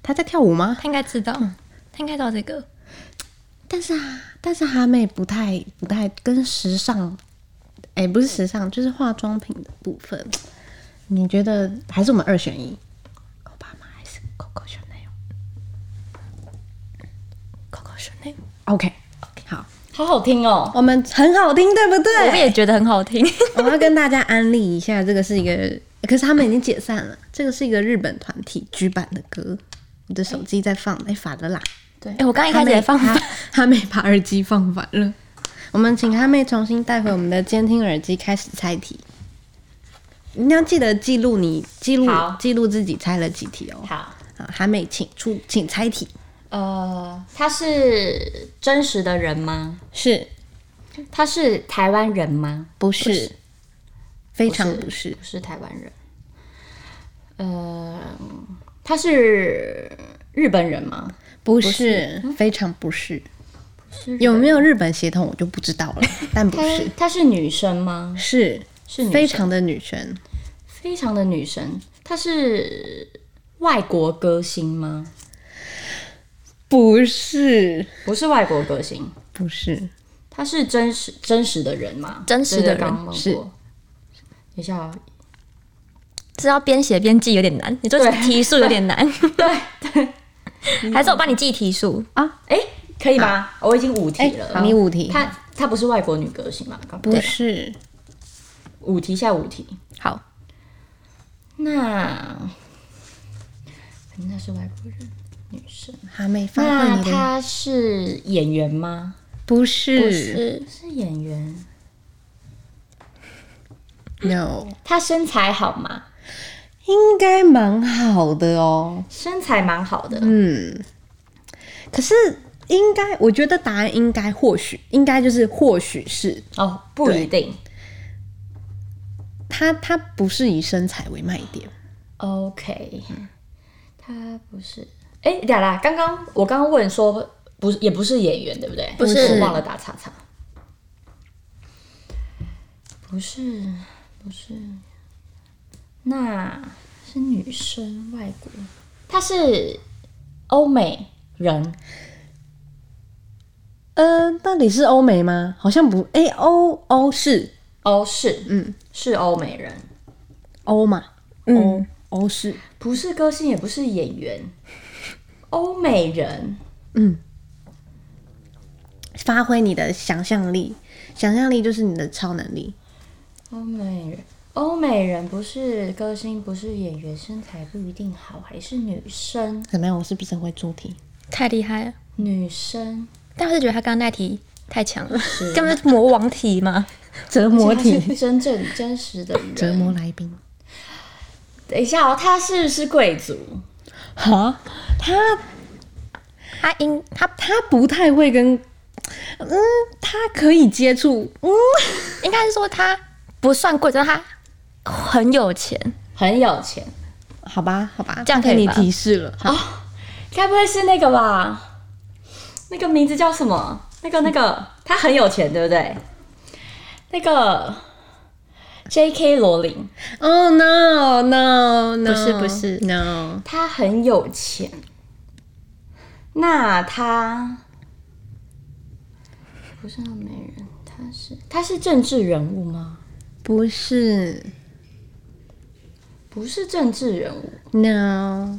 Speaker 1: 他在跳舞吗？
Speaker 3: 他应该知道，他应该知道这个。
Speaker 1: 但是啊，但是哈妹不太不太跟时尚，哎、不是时尚，就是化妆品的部分。你觉得还是我们二选一？奥巴马还是 Coco Chanel？OK，、
Speaker 3: Coco Chanel，
Speaker 1: 哦好，
Speaker 2: 好好听哦，
Speaker 1: 我们很好听，对不
Speaker 3: 我
Speaker 1: 对？
Speaker 3: 也觉得很好听。
Speaker 1: 我要跟大家安利一下，这个是一个，可是他们已经解散了。这个是一个日本团体举版的歌，我的手机在放，哎、法德啦，
Speaker 3: 哎、我刚刚一开始也放
Speaker 1: 哈妹哈妹把耳机放反了。我们请哈妹重新带回我们的监听耳机，开始猜题。你要记得记录你记录
Speaker 2: 好
Speaker 1: 记录自己猜了几题哦。
Speaker 2: 好。
Speaker 1: 好，哈妹，请出，请猜题。
Speaker 2: 呃，他是真实的人吗？
Speaker 1: 是
Speaker 2: 他是台湾人吗？
Speaker 1: 不是？非常不是
Speaker 2: 不。是台湾人。呃，他是日本人吗？
Speaker 1: 不是，
Speaker 3: 嗯
Speaker 1: 非常不是。 有没有日本血统我就不知道 了，但不
Speaker 2: 他
Speaker 1: 是，
Speaker 2: 他是女生吗？
Speaker 1: 是
Speaker 2: 是女生
Speaker 1: 非常的女生，
Speaker 2: 非常的女生。他是外国歌星吗？
Speaker 1: 不是，
Speaker 2: 不是外国歌星，
Speaker 1: 不是，
Speaker 2: 他是真实真实的人吗？
Speaker 3: 真实
Speaker 2: 对
Speaker 3: 的人
Speaker 2: 对刚刚问
Speaker 1: 是
Speaker 2: 过。等一下哦，
Speaker 3: 这要边写边记有点难，你做题数有点难。 对对，还是我帮你记题数。
Speaker 2: 哎，可以吗？我已经五题了。
Speaker 1: 啊你五题，
Speaker 2: 她她不是外国女歌星嘛？刚
Speaker 1: 不是
Speaker 2: 五题下五题，
Speaker 3: 好，
Speaker 2: 那人家是外国人女生，
Speaker 1: 哈妹发挥
Speaker 2: 那
Speaker 1: 你的，
Speaker 2: 她是演员吗？
Speaker 1: 不是
Speaker 3: 是
Speaker 2: 是演员。
Speaker 1: no，
Speaker 2: 她身材好吗？
Speaker 1: 应该蛮好的哦。
Speaker 2: 身材蛮好的，
Speaker 1: 嗯，可是应该，我觉得答案应该或许应该就是或许是
Speaker 2: 哦，不一定。
Speaker 1: 他，他不是以身材为卖点，
Speaker 2: OK，她不是。哎，俩啦，刚刚我刚刚问说，不是也不是演员，对不对？
Speaker 3: 不是
Speaker 2: 我忘了打叉叉。不是，不是，那是女生，外国，她是欧美人，
Speaker 1: 呃，到底是欧美吗？好像不，哎、欧欧是
Speaker 2: 哦，是，嗯，是欧美人，
Speaker 1: 欧嘛，嗯，欧是，
Speaker 2: 不是歌星，也不是演 员，欧美人，
Speaker 1: 发挥你的想象力，想象力就是你的超能力。
Speaker 2: 欧美人，欧美人不是歌星，不是演员，身材不一定好，还是女生，
Speaker 1: 怎么样？我是不是很会出题？
Speaker 3: 太厉害了！
Speaker 2: 女生
Speaker 3: 但我是觉得他刚刚那题太强了，根本就是魔王题嘛。
Speaker 1: 折磨
Speaker 2: 她
Speaker 1: 题，
Speaker 2: 是真正真实的
Speaker 1: 折
Speaker 2: 人。
Speaker 1: 磨来宾。
Speaker 2: 等一下哦，她是不是贵族？
Speaker 1: 哈，他啊
Speaker 3: 他应他
Speaker 1: 他不太会跟，嗯，他可以接触，嗯，
Speaker 3: 应该是说他不算贵，但他很有钱。
Speaker 2: 很有钱，哦
Speaker 1: 好吧，好吧，
Speaker 3: 这样可
Speaker 1: 给
Speaker 3: 以
Speaker 1: 你
Speaker 3: 吧
Speaker 1: 提示了。好，
Speaker 2: 该不会是那个吧？那个名字叫什么？那个那个，她很有钱，对不对？那个 J.K. 罗琳，
Speaker 1: 哦、no no no，
Speaker 3: 不是不是
Speaker 1: no，
Speaker 2: 她很有钱。那她不是美人，她是她是政治人物吗？
Speaker 1: 不是
Speaker 2: 不是政治人物，
Speaker 1: no，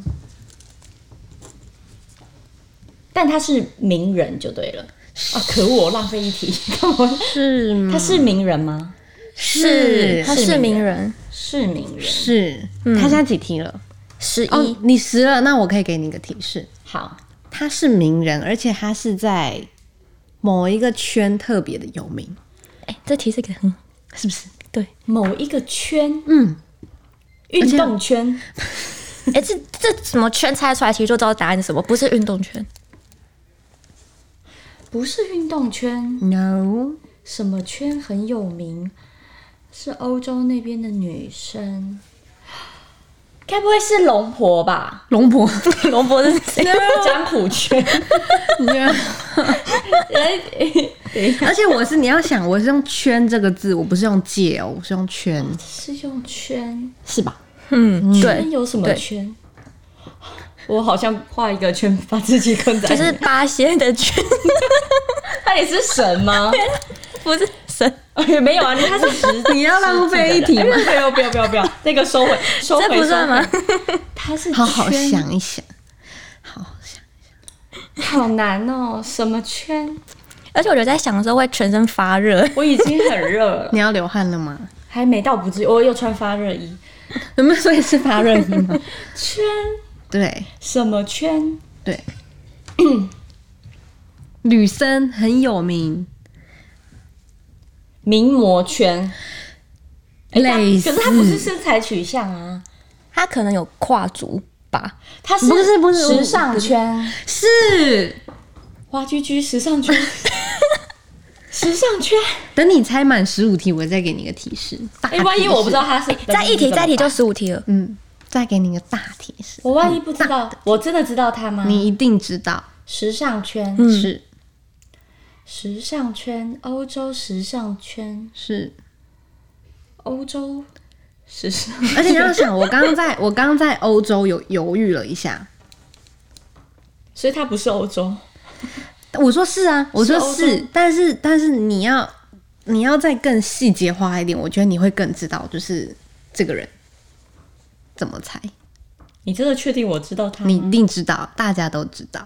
Speaker 2: 但她是名人就对了。啊，可恶，我浪费一题。 干嘛
Speaker 1: 是吗？
Speaker 2: 她是名人吗？
Speaker 1: 嗯是
Speaker 3: 他是嗯名人，
Speaker 2: 嗯是名人。
Speaker 1: 是，他现在几题了？
Speaker 3: 十一、
Speaker 1: 哦，你十了，那我可以给你一个提示，
Speaker 2: 好，
Speaker 1: 他是名人，而且他是在某一个圈特别的有名，
Speaker 3: 哎、这题是给很
Speaker 1: 是不是？
Speaker 3: 对，
Speaker 2: 某一个圈，
Speaker 1: 嗯，
Speaker 2: 运动圈，
Speaker 3: 哎、这这什么圈猜出来，其实就知道答案是什么，不是运动圈，
Speaker 2: 不是运动圈，
Speaker 1: No，
Speaker 2: 什么圈很有名？是欧洲那边的女生，该不会是龙婆吧？
Speaker 1: 龙婆
Speaker 3: 龙博是谁？
Speaker 2: 江湖 圈，
Speaker 1: ，yeah
Speaker 2: 哎
Speaker 1: 而且我是你要想，我是用“圈”这个字，我不是用“界”哦，我是用“圈
Speaker 2: 是用圈，”，
Speaker 1: 是吧？
Speaker 3: 嗯，
Speaker 2: 圈
Speaker 3: 对，
Speaker 2: 有什么
Speaker 3: 对
Speaker 2: 圈？我好像画一个圈把自己困在
Speaker 3: 就
Speaker 2: 里面，
Speaker 3: 是八仙的圈，
Speaker 2: 他也是神 吗？
Speaker 3: 不是神，
Speaker 2: 没有啊，你他是实
Speaker 1: 你要浪费
Speaker 2: 哎
Speaker 1: 一题吗？
Speaker 2: 不要不要不要不要，那个收回收回，
Speaker 3: 这不算吗
Speaker 2: 收？回？他是
Speaker 1: 好好
Speaker 2: 圈
Speaker 1: 想一想，好好想。
Speaker 2: 好难哦，什么圈？
Speaker 3: 而且我觉得在想的时候会全身发热，
Speaker 2: 我已经很热了，
Speaker 1: 你要流汗了吗？
Speaker 2: 还没到不至于，我又穿发热衣。
Speaker 1: 有没有？所以是发热衣吗？
Speaker 2: 圈
Speaker 1: 对
Speaker 2: 什么圈？
Speaker 1: 对， 女生很有名，
Speaker 2: 名模圈。诶
Speaker 1: 类似
Speaker 2: 它可是它不是身材取向啊，
Speaker 3: 他可能有跨足吧，
Speaker 2: 它是
Speaker 1: 不是不是
Speaker 2: 时尚圈，
Speaker 1: 是。
Speaker 2: 花居居时尚 圈，时尚圈。
Speaker 1: 等你猜满十五题，我再给你一个提示。大
Speaker 2: 哎、万一我不知道它是
Speaker 3: 再一题再一题，
Speaker 2: 怎么
Speaker 3: 就十五题了，
Speaker 1: 提示，嗯，再给你一个大提示，
Speaker 2: 我万一不知道，我真的知道它吗？
Speaker 1: 你一嗯定知道，
Speaker 2: 时尚圈，
Speaker 1: 是
Speaker 2: 时尚圈，欧洲时尚圈，
Speaker 1: 是。
Speaker 2: 欧洲 时尚。
Speaker 1: 而且你要想，我刚刚在 我刚刚在欧洲有犹豫了一下，
Speaker 2: 所以它不是欧洲，
Speaker 1: 我说是啊，我说
Speaker 3: 欧
Speaker 1: 是，
Speaker 3: 洲
Speaker 1: 但是但是你要你要再更细节化一点，我觉得你会更知道，就是这个人怎么猜，
Speaker 2: 你真的确定我知道他吗？
Speaker 1: 你一定知道，大家都知道，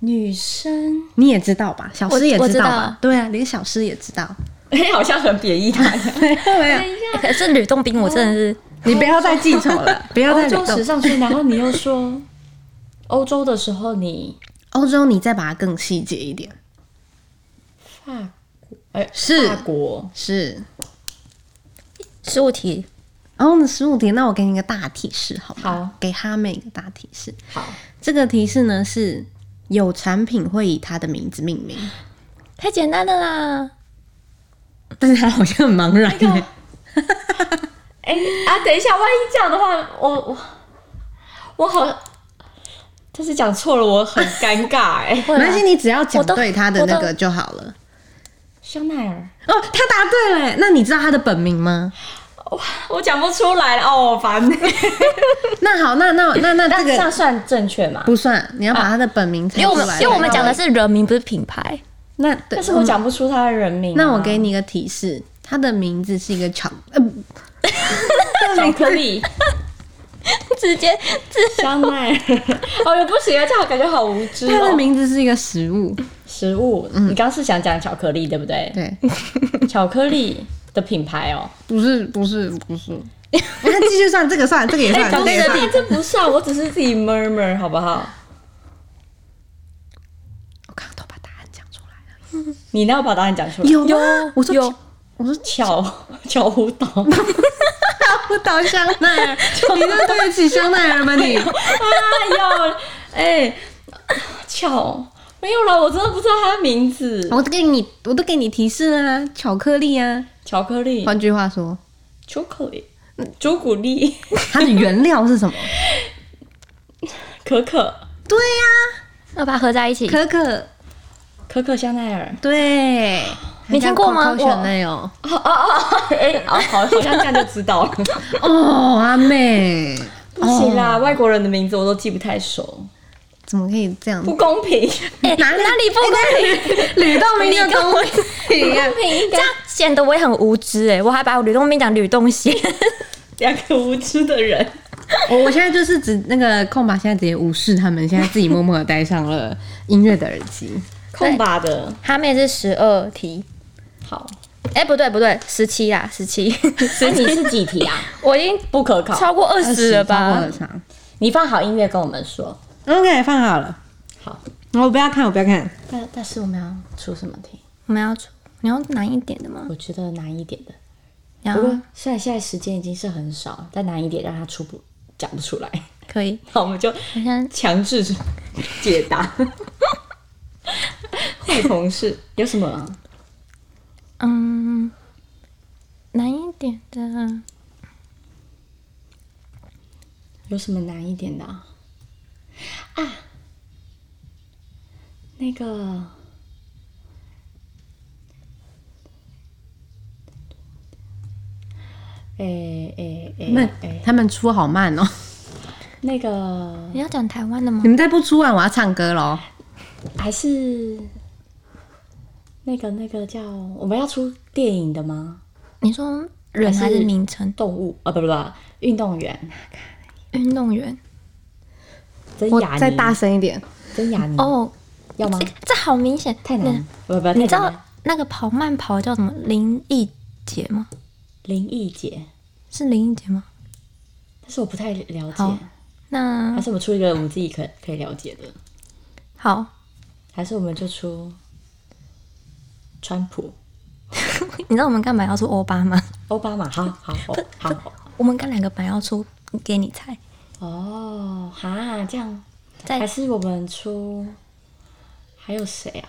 Speaker 2: 女生，
Speaker 1: 你也知道吧？小
Speaker 3: 我
Speaker 1: 诗也
Speaker 3: 我知
Speaker 1: 道
Speaker 3: 道
Speaker 1: 吧？对啊，连小诗也知道。
Speaker 2: 哎、好像很 贬义他。
Speaker 1: 没有，
Speaker 3: 欸可是吕洞宾，我真的是
Speaker 1: 你不要再记仇了，不要再
Speaker 2: 欧
Speaker 1: 理
Speaker 2: 洲时
Speaker 1: 动。
Speaker 2: 尚圈，然后你又 说欧洲的时候你，
Speaker 1: 欧洲，你再把它更细节一点，
Speaker 2: 法国，哎、
Speaker 1: 是
Speaker 2: 法国，
Speaker 1: 是。
Speaker 3: 十五题，
Speaker 1: 然后呢，十五题，那我给你一个大提示，好吗？
Speaker 2: 好，
Speaker 1: 给哈妹一个大提示。
Speaker 2: 好，
Speaker 1: 这个提示呢是有产品会以他的名字命名，
Speaker 3: 太简单了啦！
Speaker 1: 但是他好像很茫然耶、
Speaker 3: 啊
Speaker 2: 哎、啊，等一下，万一这样的话，我我我好，但是讲错了，我很尴尬哎、
Speaker 3: 会
Speaker 1: 没
Speaker 3: 啦
Speaker 1: 关系，你只要讲
Speaker 3: 我都
Speaker 1: 对他的那
Speaker 3: 我
Speaker 1: 个就好了。
Speaker 2: 香奈儿，
Speaker 1: 哦，他答对了耶，那你知道他的本名 吗？
Speaker 2: 我讲不出来了哦， 烦。
Speaker 1: 那好，那那那那这
Speaker 2: 这样
Speaker 1: 个
Speaker 2: 算正确吗？
Speaker 1: 不算，你要把他的本名猜
Speaker 3: 因为我
Speaker 1: 出
Speaker 3: 们
Speaker 1: 来。
Speaker 3: 因为我们讲的是人名，不是品牌。
Speaker 1: 那对
Speaker 2: 但是我讲不出他的人名、啊
Speaker 1: 那我给你一个提示，他的名字是一个巧， 呃，
Speaker 3: 哦
Speaker 1: 不
Speaker 2: 巧克力，
Speaker 3: 直接
Speaker 2: 香奈儿。 哦，也不行啊，这样感觉好无知
Speaker 1: 他的
Speaker 2: 哦。
Speaker 1: 名字嗯是一个食物。
Speaker 2: 食物，你刚刚是想讲巧克力对不对？
Speaker 1: 对，
Speaker 2: 巧克力的品牌哦。
Speaker 1: 不是不是不 是。那继续算这个算这个也
Speaker 2: 哎
Speaker 1: 算，这个也算。
Speaker 2: 这不算，我只是自己 murmur 好不好？
Speaker 1: 我刚刚都把答案讲出来了。
Speaker 2: 你一定要把答案讲出来。
Speaker 1: 有啊，我说
Speaker 3: 有
Speaker 1: 我说
Speaker 2: 巧 巧舞蹈，
Speaker 1: 不倒香奈儿， 你这对得起香奈儿吗你？
Speaker 2: 哎呦，哎，巧没有了，我真的不知道他的名字。
Speaker 1: 我都给你，我都给你提示啦、巧克力啊。
Speaker 2: 巧克力
Speaker 1: 换句话说，
Speaker 2: ，chocolate，朱古力，
Speaker 1: 它的原料是什么？
Speaker 2: 可可，
Speaker 1: 对呀、
Speaker 3: 要把它合在一起。
Speaker 1: 可可，
Speaker 2: 可可香奈儿。
Speaker 1: 对，
Speaker 3: 没听过吗
Speaker 1: 选那哦，
Speaker 2: 哎，好，好好像这样就知道了。
Speaker 1: 哦，阿妹，
Speaker 2: 不行啦，外国人的名字我都记不太熟，
Speaker 1: 怎么可以这样？
Speaker 2: 不公平。
Speaker 3: 哎、哪里不公平？
Speaker 1: 吕洞宾就跟我一样，
Speaker 3: 这样啊显得我也很无知哎、我还把吕洞宾讲吕洞宾，
Speaker 2: 两个无知的人，
Speaker 1: 我我现在就是指那个空吧，现在直接无视他们，现在自己默默的戴上了音乐的耳机。
Speaker 2: 空吧的。
Speaker 3: 他们也是十二题。
Speaker 2: 好，
Speaker 3: 哎、不对不对，十七啦，十 七，
Speaker 2: 那你是几题啊？
Speaker 3: 我已经
Speaker 2: 不可靠。
Speaker 3: 超过二十了
Speaker 1: 超过
Speaker 3: 吧
Speaker 1: 了？长
Speaker 2: 你放好音乐跟我们说。
Speaker 1: OK，放好了。
Speaker 2: 好，
Speaker 1: 我不要看，我不要看。
Speaker 2: 但但是我们要出什么题？
Speaker 3: 我们要出，你要难一点的吗？
Speaker 2: 我觉得难一点的。
Speaker 3: 然
Speaker 2: 不
Speaker 3: 后
Speaker 2: 过虽然现在时间已经是很少了，但难一点让他出不讲不出来。
Speaker 3: 可以，
Speaker 2: 好，我们就
Speaker 3: 我先
Speaker 2: 强制解答。 坏同事有什么啊、
Speaker 3: 嗯，难一点的，
Speaker 2: 有什么难一点的啊？啊，那个诶诶诶，
Speaker 3: 哎
Speaker 1: 那
Speaker 2: 诶
Speaker 1: 他们出好慢 哦，
Speaker 2: 那个
Speaker 3: 你要讲台湾的吗
Speaker 1: 你？们再不出完，我要唱歌喽。
Speaker 2: 还是那个那个叫我们要出电影的吗？
Speaker 3: 你说人还是名称？
Speaker 2: 动物啊，不不不，运动员
Speaker 3: 运动员
Speaker 2: 真
Speaker 1: 我
Speaker 2: 雅尼，
Speaker 1: 再大声一点。
Speaker 2: 真雅尼
Speaker 3: 哦，
Speaker 2: 要吗
Speaker 3: 这？这好明显，
Speaker 2: 太难了，不不，
Speaker 3: 那。你
Speaker 2: 太简
Speaker 3: 知道
Speaker 2: 单。
Speaker 3: 那个跑慢跑叫什么林忆杰吗？
Speaker 2: 林忆姐，
Speaker 3: 是林忆杰吗？
Speaker 2: 但是我不太了解
Speaker 3: 好。那
Speaker 2: 还是我们出一个我们自己可可以了解的，
Speaker 3: 好，
Speaker 2: 还是我们就出川普、
Speaker 3: 你知道我们干嘛要出欧巴吗？
Speaker 2: 奥巴马？好好好好
Speaker 3: 我们刚两个本来要出给你猜，
Speaker 2: 哦，哈，这样还
Speaker 3: 再
Speaker 2: 是我们出还有谁啊？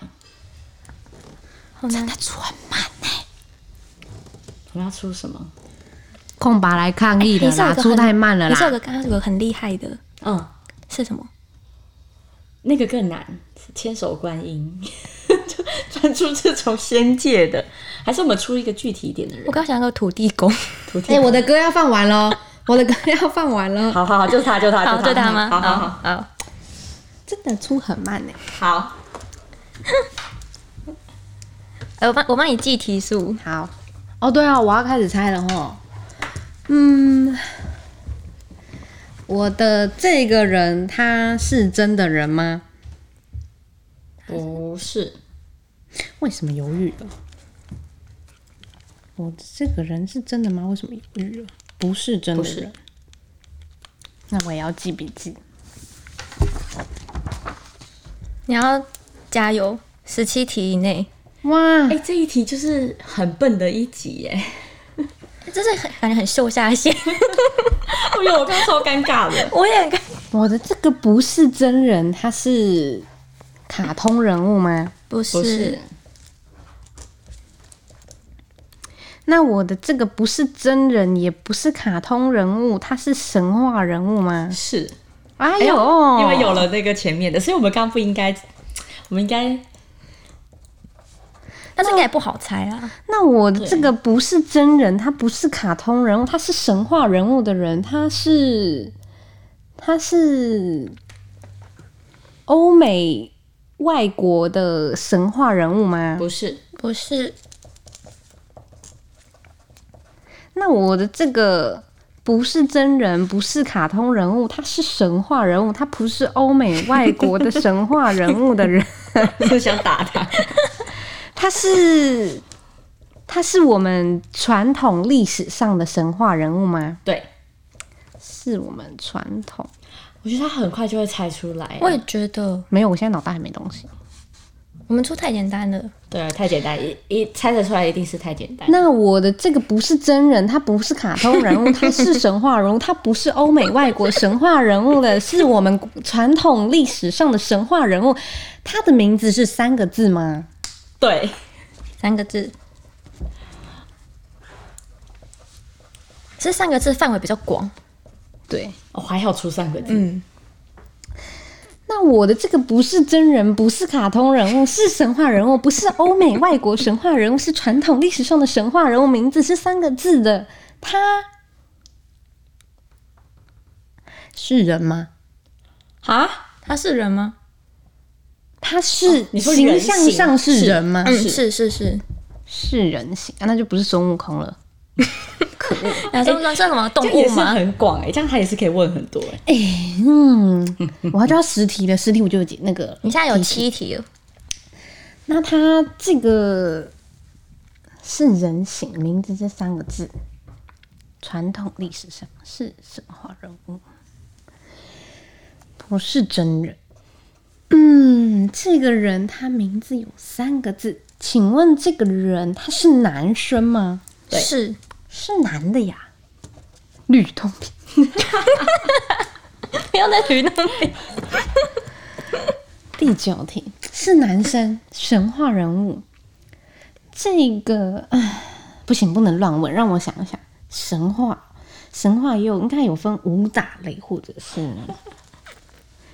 Speaker 3: 后真的出很慢呢、
Speaker 2: 我们要出什么？
Speaker 1: 空白来抗议的
Speaker 3: 你是有
Speaker 1: 啦，
Speaker 3: 个
Speaker 1: 出
Speaker 3: 很
Speaker 1: 太慢了
Speaker 3: 你是有
Speaker 1: 啦。
Speaker 3: 个刚刚有个很厉害的
Speaker 2: 嗯，
Speaker 3: 是什么？
Speaker 2: 那个更难，是千手观音， 就专出这种仙界的，还是我们出一个具体一点的人
Speaker 3: 我？刚想到个土地公，
Speaker 2: 土地
Speaker 1: 哎、我的歌要放完 喽，我的歌要放完了。
Speaker 2: 好好好，就是他，就是他，
Speaker 3: 好，
Speaker 2: 就
Speaker 3: 对
Speaker 2: 他
Speaker 3: 他吗？
Speaker 2: 好好好，
Speaker 3: 好，
Speaker 1: 真的出很慢欸呢。
Speaker 2: 好，
Speaker 3: 哎、我帮我帮你记题数，
Speaker 1: 好，哦对啊，我要开始猜了吼。嗯，我的这个人他是真的人吗？
Speaker 2: 不是，
Speaker 1: 为什么犹豫了？我这个人是真的吗？为什么犹豫了？啊不是真的
Speaker 2: 不是
Speaker 1: 人。那我也要记笔记。
Speaker 3: 你要加油，十七题以内，
Speaker 1: 哇
Speaker 2: 哎、，这一题就是很笨的一集耶。
Speaker 3: 这是很感觉很秀下 限，
Speaker 2: 哎呦，我刚刚超尴尬的。
Speaker 3: 我也感
Speaker 1: 我的这个不是真人，他是卡通人物吗？
Speaker 3: 不
Speaker 2: 不是
Speaker 3: 是，
Speaker 1: 那我的这个不是真人，也不是卡通人物，他是神话人物吗？
Speaker 2: 是，
Speaker 1: 哎
Speaker 2: 哎
Speaker 1: 呦，
Speaker 2: 因为有了那个前面的，所以我们刚刚不应该，我们应该
Speaker 3: 但是应该也不好猜啦。
Speaker 1: 那我的这个不是真人，他不是卡通人物，他是神话人物的人，他是他是欧美外国的神话人物吗？
Speaker 2: 不是，
Speaker 3: 不是，
Speaker 1: 那我的这个不是真人，不是卡通人物，他是神话人物，他不是欧美外国的神话人物的人，
Speaker 2: 就想打他。
Speaker 1: 他是他是我们传统历史上的神话人物吗？
Speaker 2: 对，
Speaker 1: 是我们传统。
Speaker 2: 我觉得他很快就会猜出来。
Speaker 3: 我也觉得
Speaker 1: 没有，我现在脑袋还没东西。
Speaker 3: 我们出太简单了。
Speaker 2: 对，太简单，一一猜得出来一定是太简单。
Speaker 1: 那我的这个不是真人，他不是卡通人物，他是神话人物，他不是欧美外国神话人物的，是我们传统历史上的神话人物。他的名字是三个字吗？
Speaker 2: 对，
Speaker 3: 三个字，这三个字范围比较广。
Speaker 1: 对。
Speaker 2: 我、哦、还好出三个字，
Speaker 3: 嗯，
Speaker 1: 那我的这个不是真人，不是卡通人物，是神话人物，不是欧美外国神话人物，是传统历史上的神话人物，名字是三个字的。他是人吗？
Speaker 2: 啊，
Speaker 3: 他是人吗？
Speaker 1: 他是
Speaker 2: 哦你说
Speaker 1: 形
Speaker 2: 人
Speaker 1: 象
Speaker 2: 形
Speaker 1: 上是
Speaker 2: 是
Speaker 1: 人吗？
Speaker 3: 嗯，是是是。
Speaker 1: 是人形啊，那就不是孙悟空了。
Speaker 3: 亚洲哎装这什么动
Speaker 2: 这样
Speaker 3: 物
Speaker 2: 也是
Speaker 3: 吗？
Speaker 2: 很广哎、这样他也是可以问很多哎、
Speaker 1: 哎、嗯，我要就要实体了，实体我就有解那个。
Speaker 3: 你现在有七题了，
Speaker 1: 那他这个是人形，名字这三个字，传统历史上是神话人物，不是真人。嗯，这个人他名字有三个字，请问这个人他是男生吗？
Speaker 2: 对
Speaker 3: 是
Speaker 1: 是男的呀，吕洞宾。
Speaker 3: 不要再举那么扁
Speaker 1: 第九题是男生，神话人物。这个唉不行，不能乱问，让我想一想。神话，神话也有应该有分武打类或者是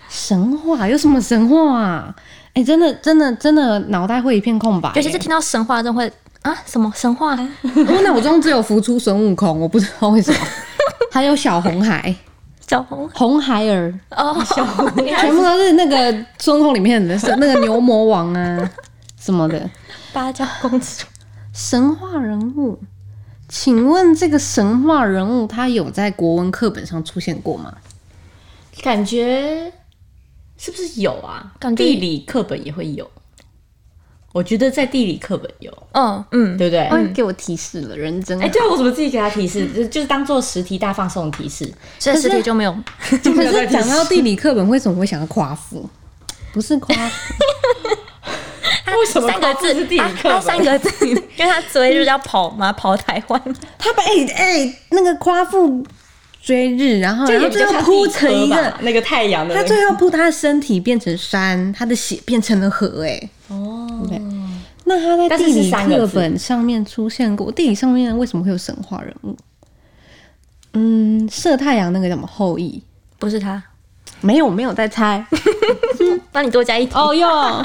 Speaker 1: 神话，有什么神话啊？哎、真的，真的，真的，脑袋会一片空白、
Speaker 3: 尤其是
Speaker 1: 哎
Speaker 3: 听到神话，真会啊什么神话？
Speaker 1: 我脑中只有浮出孙悟空，我不知道为 什么。还有小红孩、
Speaker 3: 小红
Speaker 1: 红孩儿，
Speaker 3: 哦，
Speaker 1: 全部都是那个孙悟空里面的，是那个牛魔王啊什么的。
Speaker 3: 芭蕉公主，
Speaker 1: 神话人物，请问这个神话人物他有在国文课本上出现过吗？
Speaker 2: 感觉是不是有啊？
Speaker 3: 感觉
Speaker 2: 地理课本也会有，我觉得在地理课本有，
Speaker 3: 嗯嗯，哎
Speaker 2: 对不对？哎、
Speaker 1: 哦，给我提示了，认真。
Speaker 2: 对啊，我怎么自己给他提示？就就是当做实题大放送提示，
Speaker 3: 所以实体就没有。
Speaker 1: 可是讲到地理课本，为什么会想到夸父？不是夸父，
Speaker 2: 为什么
Speaker 3: 三个
Speaker 2: 夸父是
Speaker 3: 字
Speaker 2: 地，理
Speaker 3: 啊
Speaker 2: 课
Speaker 3: 他
Speaker 2: 本？
Speaker 3: 三个字， 因为他追日要跑嘛，跑台湾。
Speaker 1: 他把哎哎、那个夸父追日，然后
Speaker 2: 这
Speaker 1: 然后
Speaker 2: 也比
Speaker 1: 最
Speaker 2: 较
Speaker 1: 后
Speaker 2: 像
Speaker 1: 铺
Speaker 2: 地
Speaker 1: 成
Speaker 2: 科
Speaker 1: 一
Speaker 2: 吧
Speaker 1: 个，，
Speaker 2: 那个太阳的
Speaker 1: 他
Speaker 2: 那个。
Speaker 1: 最后铺他的身体变成山，他的血变成了河、哎。
Speaker 2: 哦，
Speaker 1: 对那他在
Speaker 2: 但是
Speaker 1: 地
Speaker 2: 是
Speaker 1: 理
Speaker 2: 三个
Speaker 1: 课
Speaker 2: 字
Speaker 1: 本上面出现过，地理上面为什么会有神话人物？嗯，射太阳那个叫什么后羿？
Speaker 3: 不是他，
Speaker 1: 没有，没有在猜。
Speaker 3: 帮你多加一题。
Speaker 2: 哦哟，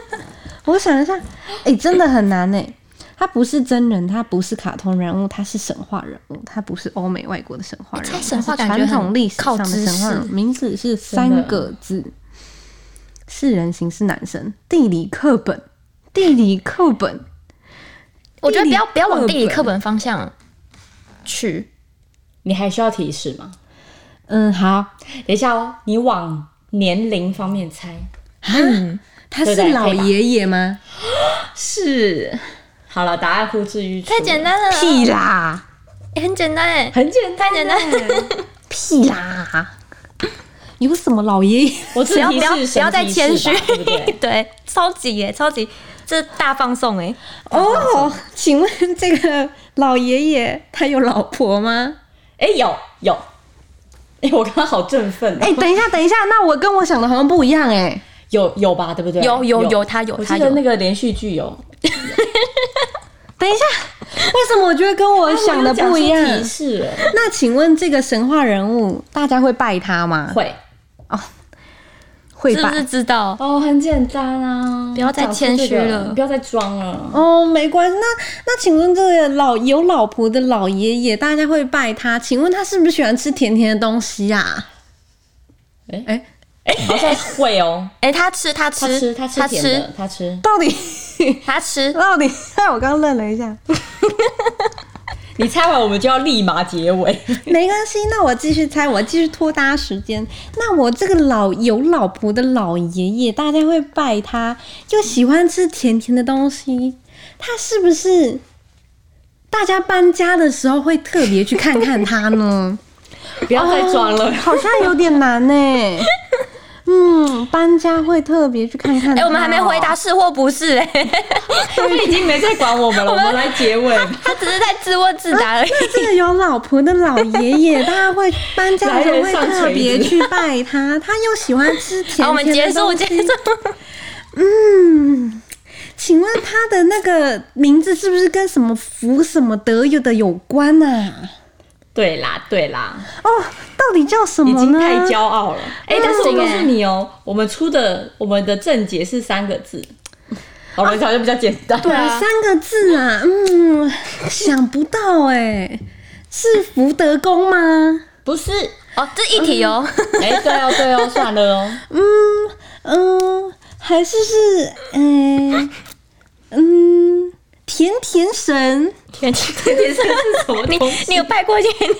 Speaker 1: 我想一下，哎、真的很难哎、他不是真人，他不是卡通人物，他是神话人物，他不是欧美外国的神话人物，
Speaker 3: 猜神话
Speaker 1: 它是
Speaker 3: 感觉
Speaker 1: 传统
Speaker 3: 很
Speaker 1: 历史上
Speaker 3: 靠
Speaker 1: 的
Speaker 3: 知
Speaker 1: 神话人物，
Speaker 3: 识
Speaker 1: 名字是三个字。是人形是男生，地理课本，地理课本，
Speaker 3: 我觉得不要
Speaker 1: 地理
Speaker 3: 不要往地理
Speaker 1: 课本
Speaker 3: 课本方向去，
Speaker 2: 你还需要提示吗？嗯，好，等一下哦，你往年龄方面猜，
Speaker 1: 他
Speaker 2: 对
Speaker 1: 是
Speaker 2: 对
Speaker 1: 老
Speaker 2: 可以吧
Speaker 1: 爷爷 吗？
Speaker 2: 是。好了，答案呼之欲出，
Speaker 3: 太简，单了，
Speaker 1: 屁啦，
Speaker 3: 欸很简单哎，
Speaker 2: 很简单，
Speaker 3: 太简单，
Speaker 1: 屁啦，有什么老爷爷？
Speaker 2: 我
Speaker 3: 不
Speaker 2: 只
Speaker 3: 要不
Speaker 2: 提
Speaker 3: 要
Speaker 2: 示
Speaker 3: 不要
Speaker 2: 神
Speaker 3: 再
Speaker 2: 提示
Speaker 3: 谦虚
Speaker 2: 吧对不 对？，
Speaker 3: 对，超级耶，超级，这大放送哎，
Speaker 1: 哦，请问这个老爷爷他有老婆吗？
Speaker 2: 哎、有有， 哎、我刚刚好振奋、哦，
Speaker 1: 哎、等一下，等一下，那我跟我想的好像不一样哎、
Speaker 2: 有有吧，对不对？
Speaker 3: 有有有，他有
Speaker 2: 我
Speaker 3: 他
Speaker 2: 记
Speaker 3: 有
Speaker 2: 得，那个连续剧有，
Speaker 1: 等一下，为什么我觉得跟哎我想的不一
Speaker 2: 我有讲出
Speaker 1: 样
Speaker 2: 提？示了
Speaker 1: 那请问这个神话人物，大家会拜他吗？
Speaker 2: 会
Speaker 1: 会
Speaker 3: 是不
Speaker 1: 拜
Speaker 3: 是知道？
Speaker 2: 哦，很简单啊，
Speaker 3: 不要再
Speaker 2: 讲出这
Speaker 3: 谦虚
Speaker 2: 个
Speaker 3: 了
Speaker 2: 不要再装了。
Speaker 1: 哦，没关系。那那请问这个老有老婆的老爷爷，大家会拜他？请问他是不是喜欢吃甜甜的东西啊？
Speaker 2: 哎
Speaker 1: 哎
Speaker 2: 好像会哦，
Speaker 3: 哎，他吃他
Speaker 2: 他 吃
Speaker 3: 吃
Speaker 2: 他吃甜的，他吃。
Speaker 1: 到底
Speaker 3: 他吃
Speaker 1: 到底？ 哎，我刚愣了一下。
Speaker 2: 你猜完我们就要立马结尾。
Speaker 1: 没关系，那我继续猜，我继续拖大家时间。那我这个老有老婆的老爷爷，大家会拜他，又喜欢吃甜甜的东西，他是不是大家搬家的时候会特别去看看他 呢？
Speaker 2: 不要再装了。
Speaker 1: 哦好像有点难呢、嗯，搬家会特别去看看他哦。
Speaker 3: 哎，我们还没回答是或不是哎，
Speaker 2: 他们已经没在管 我们了，我们来结尾吧。
Speaker 3: 他只是在自问自答 而已。
Speaker 1: 那这个有老婆的老爷爷，大家会搬家的时候会特别去拜他，他又喜欢吃甜
Speaker 3: 好，我们
Speaker 1: 甜
Speaker 3: 结
Speaker 1: 的
Speaker 3: 束
Speaker 1: 东
Speaker 3: 结
Speaker 1: 西。
Speaker 3: 束。
Speaker 1: 嗯，请问他的那个名字是不是跟什么福什么德有的有关啊？
Speaker 2: 对啦，对啦，
Speaker 1: 哦，到底叫什
Speaker 2: 已
Speaker 1: 么
Speaker 2: 经
Speaker 1: 呢？
Speaker 2: 太骄傲了。哎、但是我
Speaker 3: 行
Speaker 2: 告
Speaker 3: 哎
Speaker 2: 诉你哦、我们出的我们的正解是三个字，啊我们哦好像比较简单。
Speaker 1: 对啊，三个字啊，嗯，想不到哎、是福德宫吗？
Speaker 2: 不是，
Speaker 3: 哦，这一题哦，
Speaker 2: 哎、对哦，对 哦，算了哦。
Speaker 1: 嗯，还是是，嗯、嗯，甜甜神，
Speaker 3: 甜甜甜
Speaker 2: 这是什么
Speaker 3: 你
Speaker 2: 东西？
Speaker 3: 你有拜过甜甜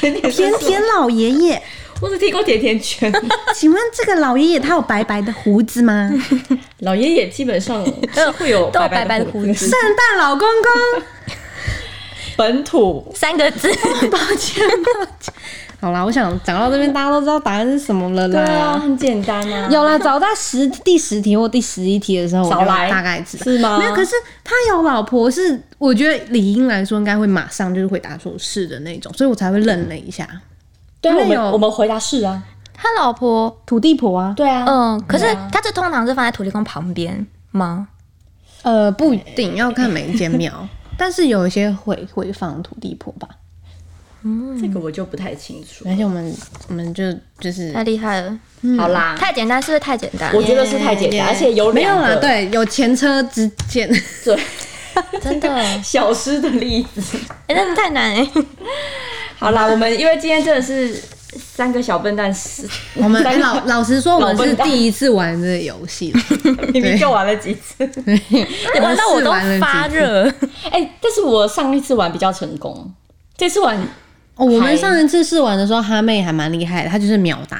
Speaker 2: 甜甜
Speaker 1: 甜
Speaker 2: 圈
Speaker 1: 甜老爷爷。
Speaker 2: 我只听过甜甜圈。
Speaker 1: 请问这个老爷爷他有白白的胡子 吗？圣
Speaker 2: 老爷爷基本上是会有
Speaker 3: 都
Speaker 2: 白
Speaker 3: 有白白的
Speaker 2: 胡
Speaker 3: 胡
Speaker 2: 子，
Speaker 1: 诞老公公。
Speaker 2: 本土
Speaker 3: 三个字？
Speaker 1: 抱歉，抱歉。好啦，我想讲到这边，大家都知道答案是什么了
Speaker 2: 对
Speaker 1: 啦。
Speaker 2: 啊，很简单啊。
Speaker 1: 有啦，早在十第十题或第十一题的时候，我
Speaker 2: 少
Speaker 1: 就
Speaker 2: 来
Speaker 1: 大概知道
Speaker 2: 是吗
Speaker 1: 没有，可是他有老婆是，我觉得理应来说应该会马上就是回答说是的那种，所以我才会愣了一下。
Speaker 2: 对
Speaker 1: 因
Speaker 2: 啊，
Speaker 1: 为
Speaker 2: 我们
Speaker 1: 有
Speaker 2: 我们回答是啊，
Speaker 3: 他老婆，
Speaker 1: 土地婆啊，
Speaker 2: 对啊，
Speaker 3: 嗯，可是他这通常是放在土地公旁边吗？
Speaker 1: 呃，不一定要看每一间 庙，但是有一些会会放土地婆吧。
Speaker 2: 这个我就不太清楚。
Speaker 1: 而且我们我们就就是
Speaker 3: 太厉害了，
Speaker 2: 嗯
Speaker 3: 欸
Speaker 2: 好啦，
Speaker 3: 太简单，是不是太简单
Speaker 2: 我？觉得是太简单，而且有
Speaker 1: 没有
Speaker 2: 两
Speaker 1: 啦，
Speaker 2: 个
Speaker 1: 对，有前车之 鉴。
Speaker 2: 对
Speaker 3: 真的，哎，
Speaker 2: 小诗的例子。
Speaker 3: 那太难哎。
Speaker 2: 好啦，我们因为今天真的是三个小笨蛋，是
Speaker 1: 我们、
Speaker 2: 三
Speaker 1: 哎
Speaker 2: 个
Speaker 1: 老 老实说，我们
Speaker 2: 老
Speaker 1: 是
Speaker 2: 笨蛋
Speaker 1: 第一次玩这个游戏啦，
Speaker 2: 明明就玩了几次。
Speaker 3: 玩到我
Speaker 1: 试
Speaker 3: 都
Speaker 1: 玩了几
Speaker 3: 发
Speaker 1: 次
Speaker 3: 热，
Speaker 2: 哎，但是我上一次玩比较成功，这次玩
Speaker 1: 哦，我们
Speaker 2: 还
Speaker 1: 上一次试玩的时候，哈妹还蛮厉害的，她就是秒答。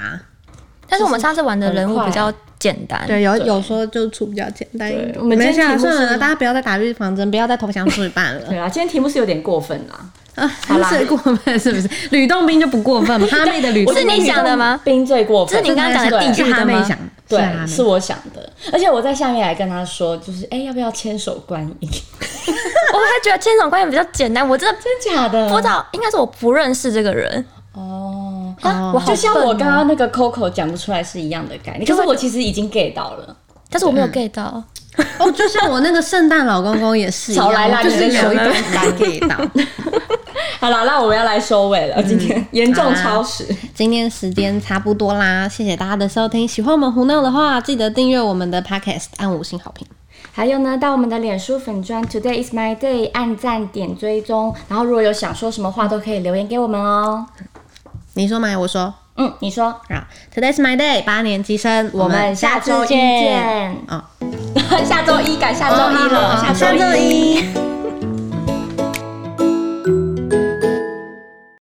Speaker 3: 但是我们上次玩的人物比较简单，
Speaker 1: 对，有有时候就出比较简单一
Speaker 2: 对
Speaker 1: 点。
Speaker 2: 我们
Speaker 1: 没
Speaker 2: 今
Speaker 1: 事
Speaker 2: 天
Speaker 1: 啊，
Speaker 2: 题目
Speaker 1: 算了，
Speaker 2: 是
Speaker 1: 大家不要再打预防针，不要再投降出一半了
Speaker 2: 对啊，今天题目是有点过分啦。
Speaker 1: 啊！
Speaker 2: 好啦
Speaker 1: 最过分是不是？吕洞宾就不过 分嘛，哈妹的吕洞
Speaker 3: 是
Speaker 1: 宾
Speaker 3: 你想的吗？
Speaker 2: 冰最过
Speaker 3: 这
Speaker 2: 分，
Speaker 3: 是你刚刚讲的地
Speaker 1: 是
Speaker 3: 狱
Speaker 1: 哈
Speaker 3: 的
Speaker 1: 妹
Speaker 3: 吗？
Speaker 1: 想，是哈
Speaker 2: 对，
Speaker 1: 妹
Speaker 2: 是我想的。而且我在下面还跟他说，就是哎、要不要牵手观 音？
Speaker 3: 我还觉得千手观音比较简单，我真的
Speaker 2: 真假的？
Speaker 3: 不知道，应该是我不认识这个人，
Speaker 2: 哦。
Speaker 3: 啊我好
Speaker 2: 就像
Speaker 3: 笨哦
Speaker 2: 我刚刚那个 Coco 讲不出来是一样的概念，可是我其实已经 get 到了。
Speaker 3: 但是我没有 get 到。
Speaker 1: 哦，就像我那个圣诞老公公也是一样，
Speaker 2: 少来啦
Speaker 1: 我就是
Speaker 2: 你在
Speaker 1: 有一
Speaker 2: 想
Speaker 1: 点难给到。
Speaker 2: 好了，那我们要来收尾了，今
Speaker 4: 嗯
Speaker 2: 天严重
Speaker 4: 啊
Speaker 2: 超时。
Speaker 1: 今天时间差不多啦，谢谢大家的收听。喜欢我们胡闹的话，记得订阅我们的 podcast，按五星好评。
Speaker 4: 还有呢，到我们的脸书粉砖 Today is my day，按赞点追踪，然后如果有想说什么话都可以留言给我们哦。
Speaker 1: 你说吗？我说。
Speaker 2: 嗯，你说，
Speaker 1: 啊，Today's my day，八年级生，我们
Speaker 2: 下
Speaker 4: 下
Speaker 2: 周
Speaker 4: 周
Speaker 2: 一
Speaker 4: 一
Speaker 2: 见
Speaker 4: 见
Speaker 1: 啊，
Speaker 4: 下周一改下周一
Speaker 1: 好好
Speaker 4: 了，
Speaker 1: 好下
Speaker 4: 周
Speaker 1: 周一。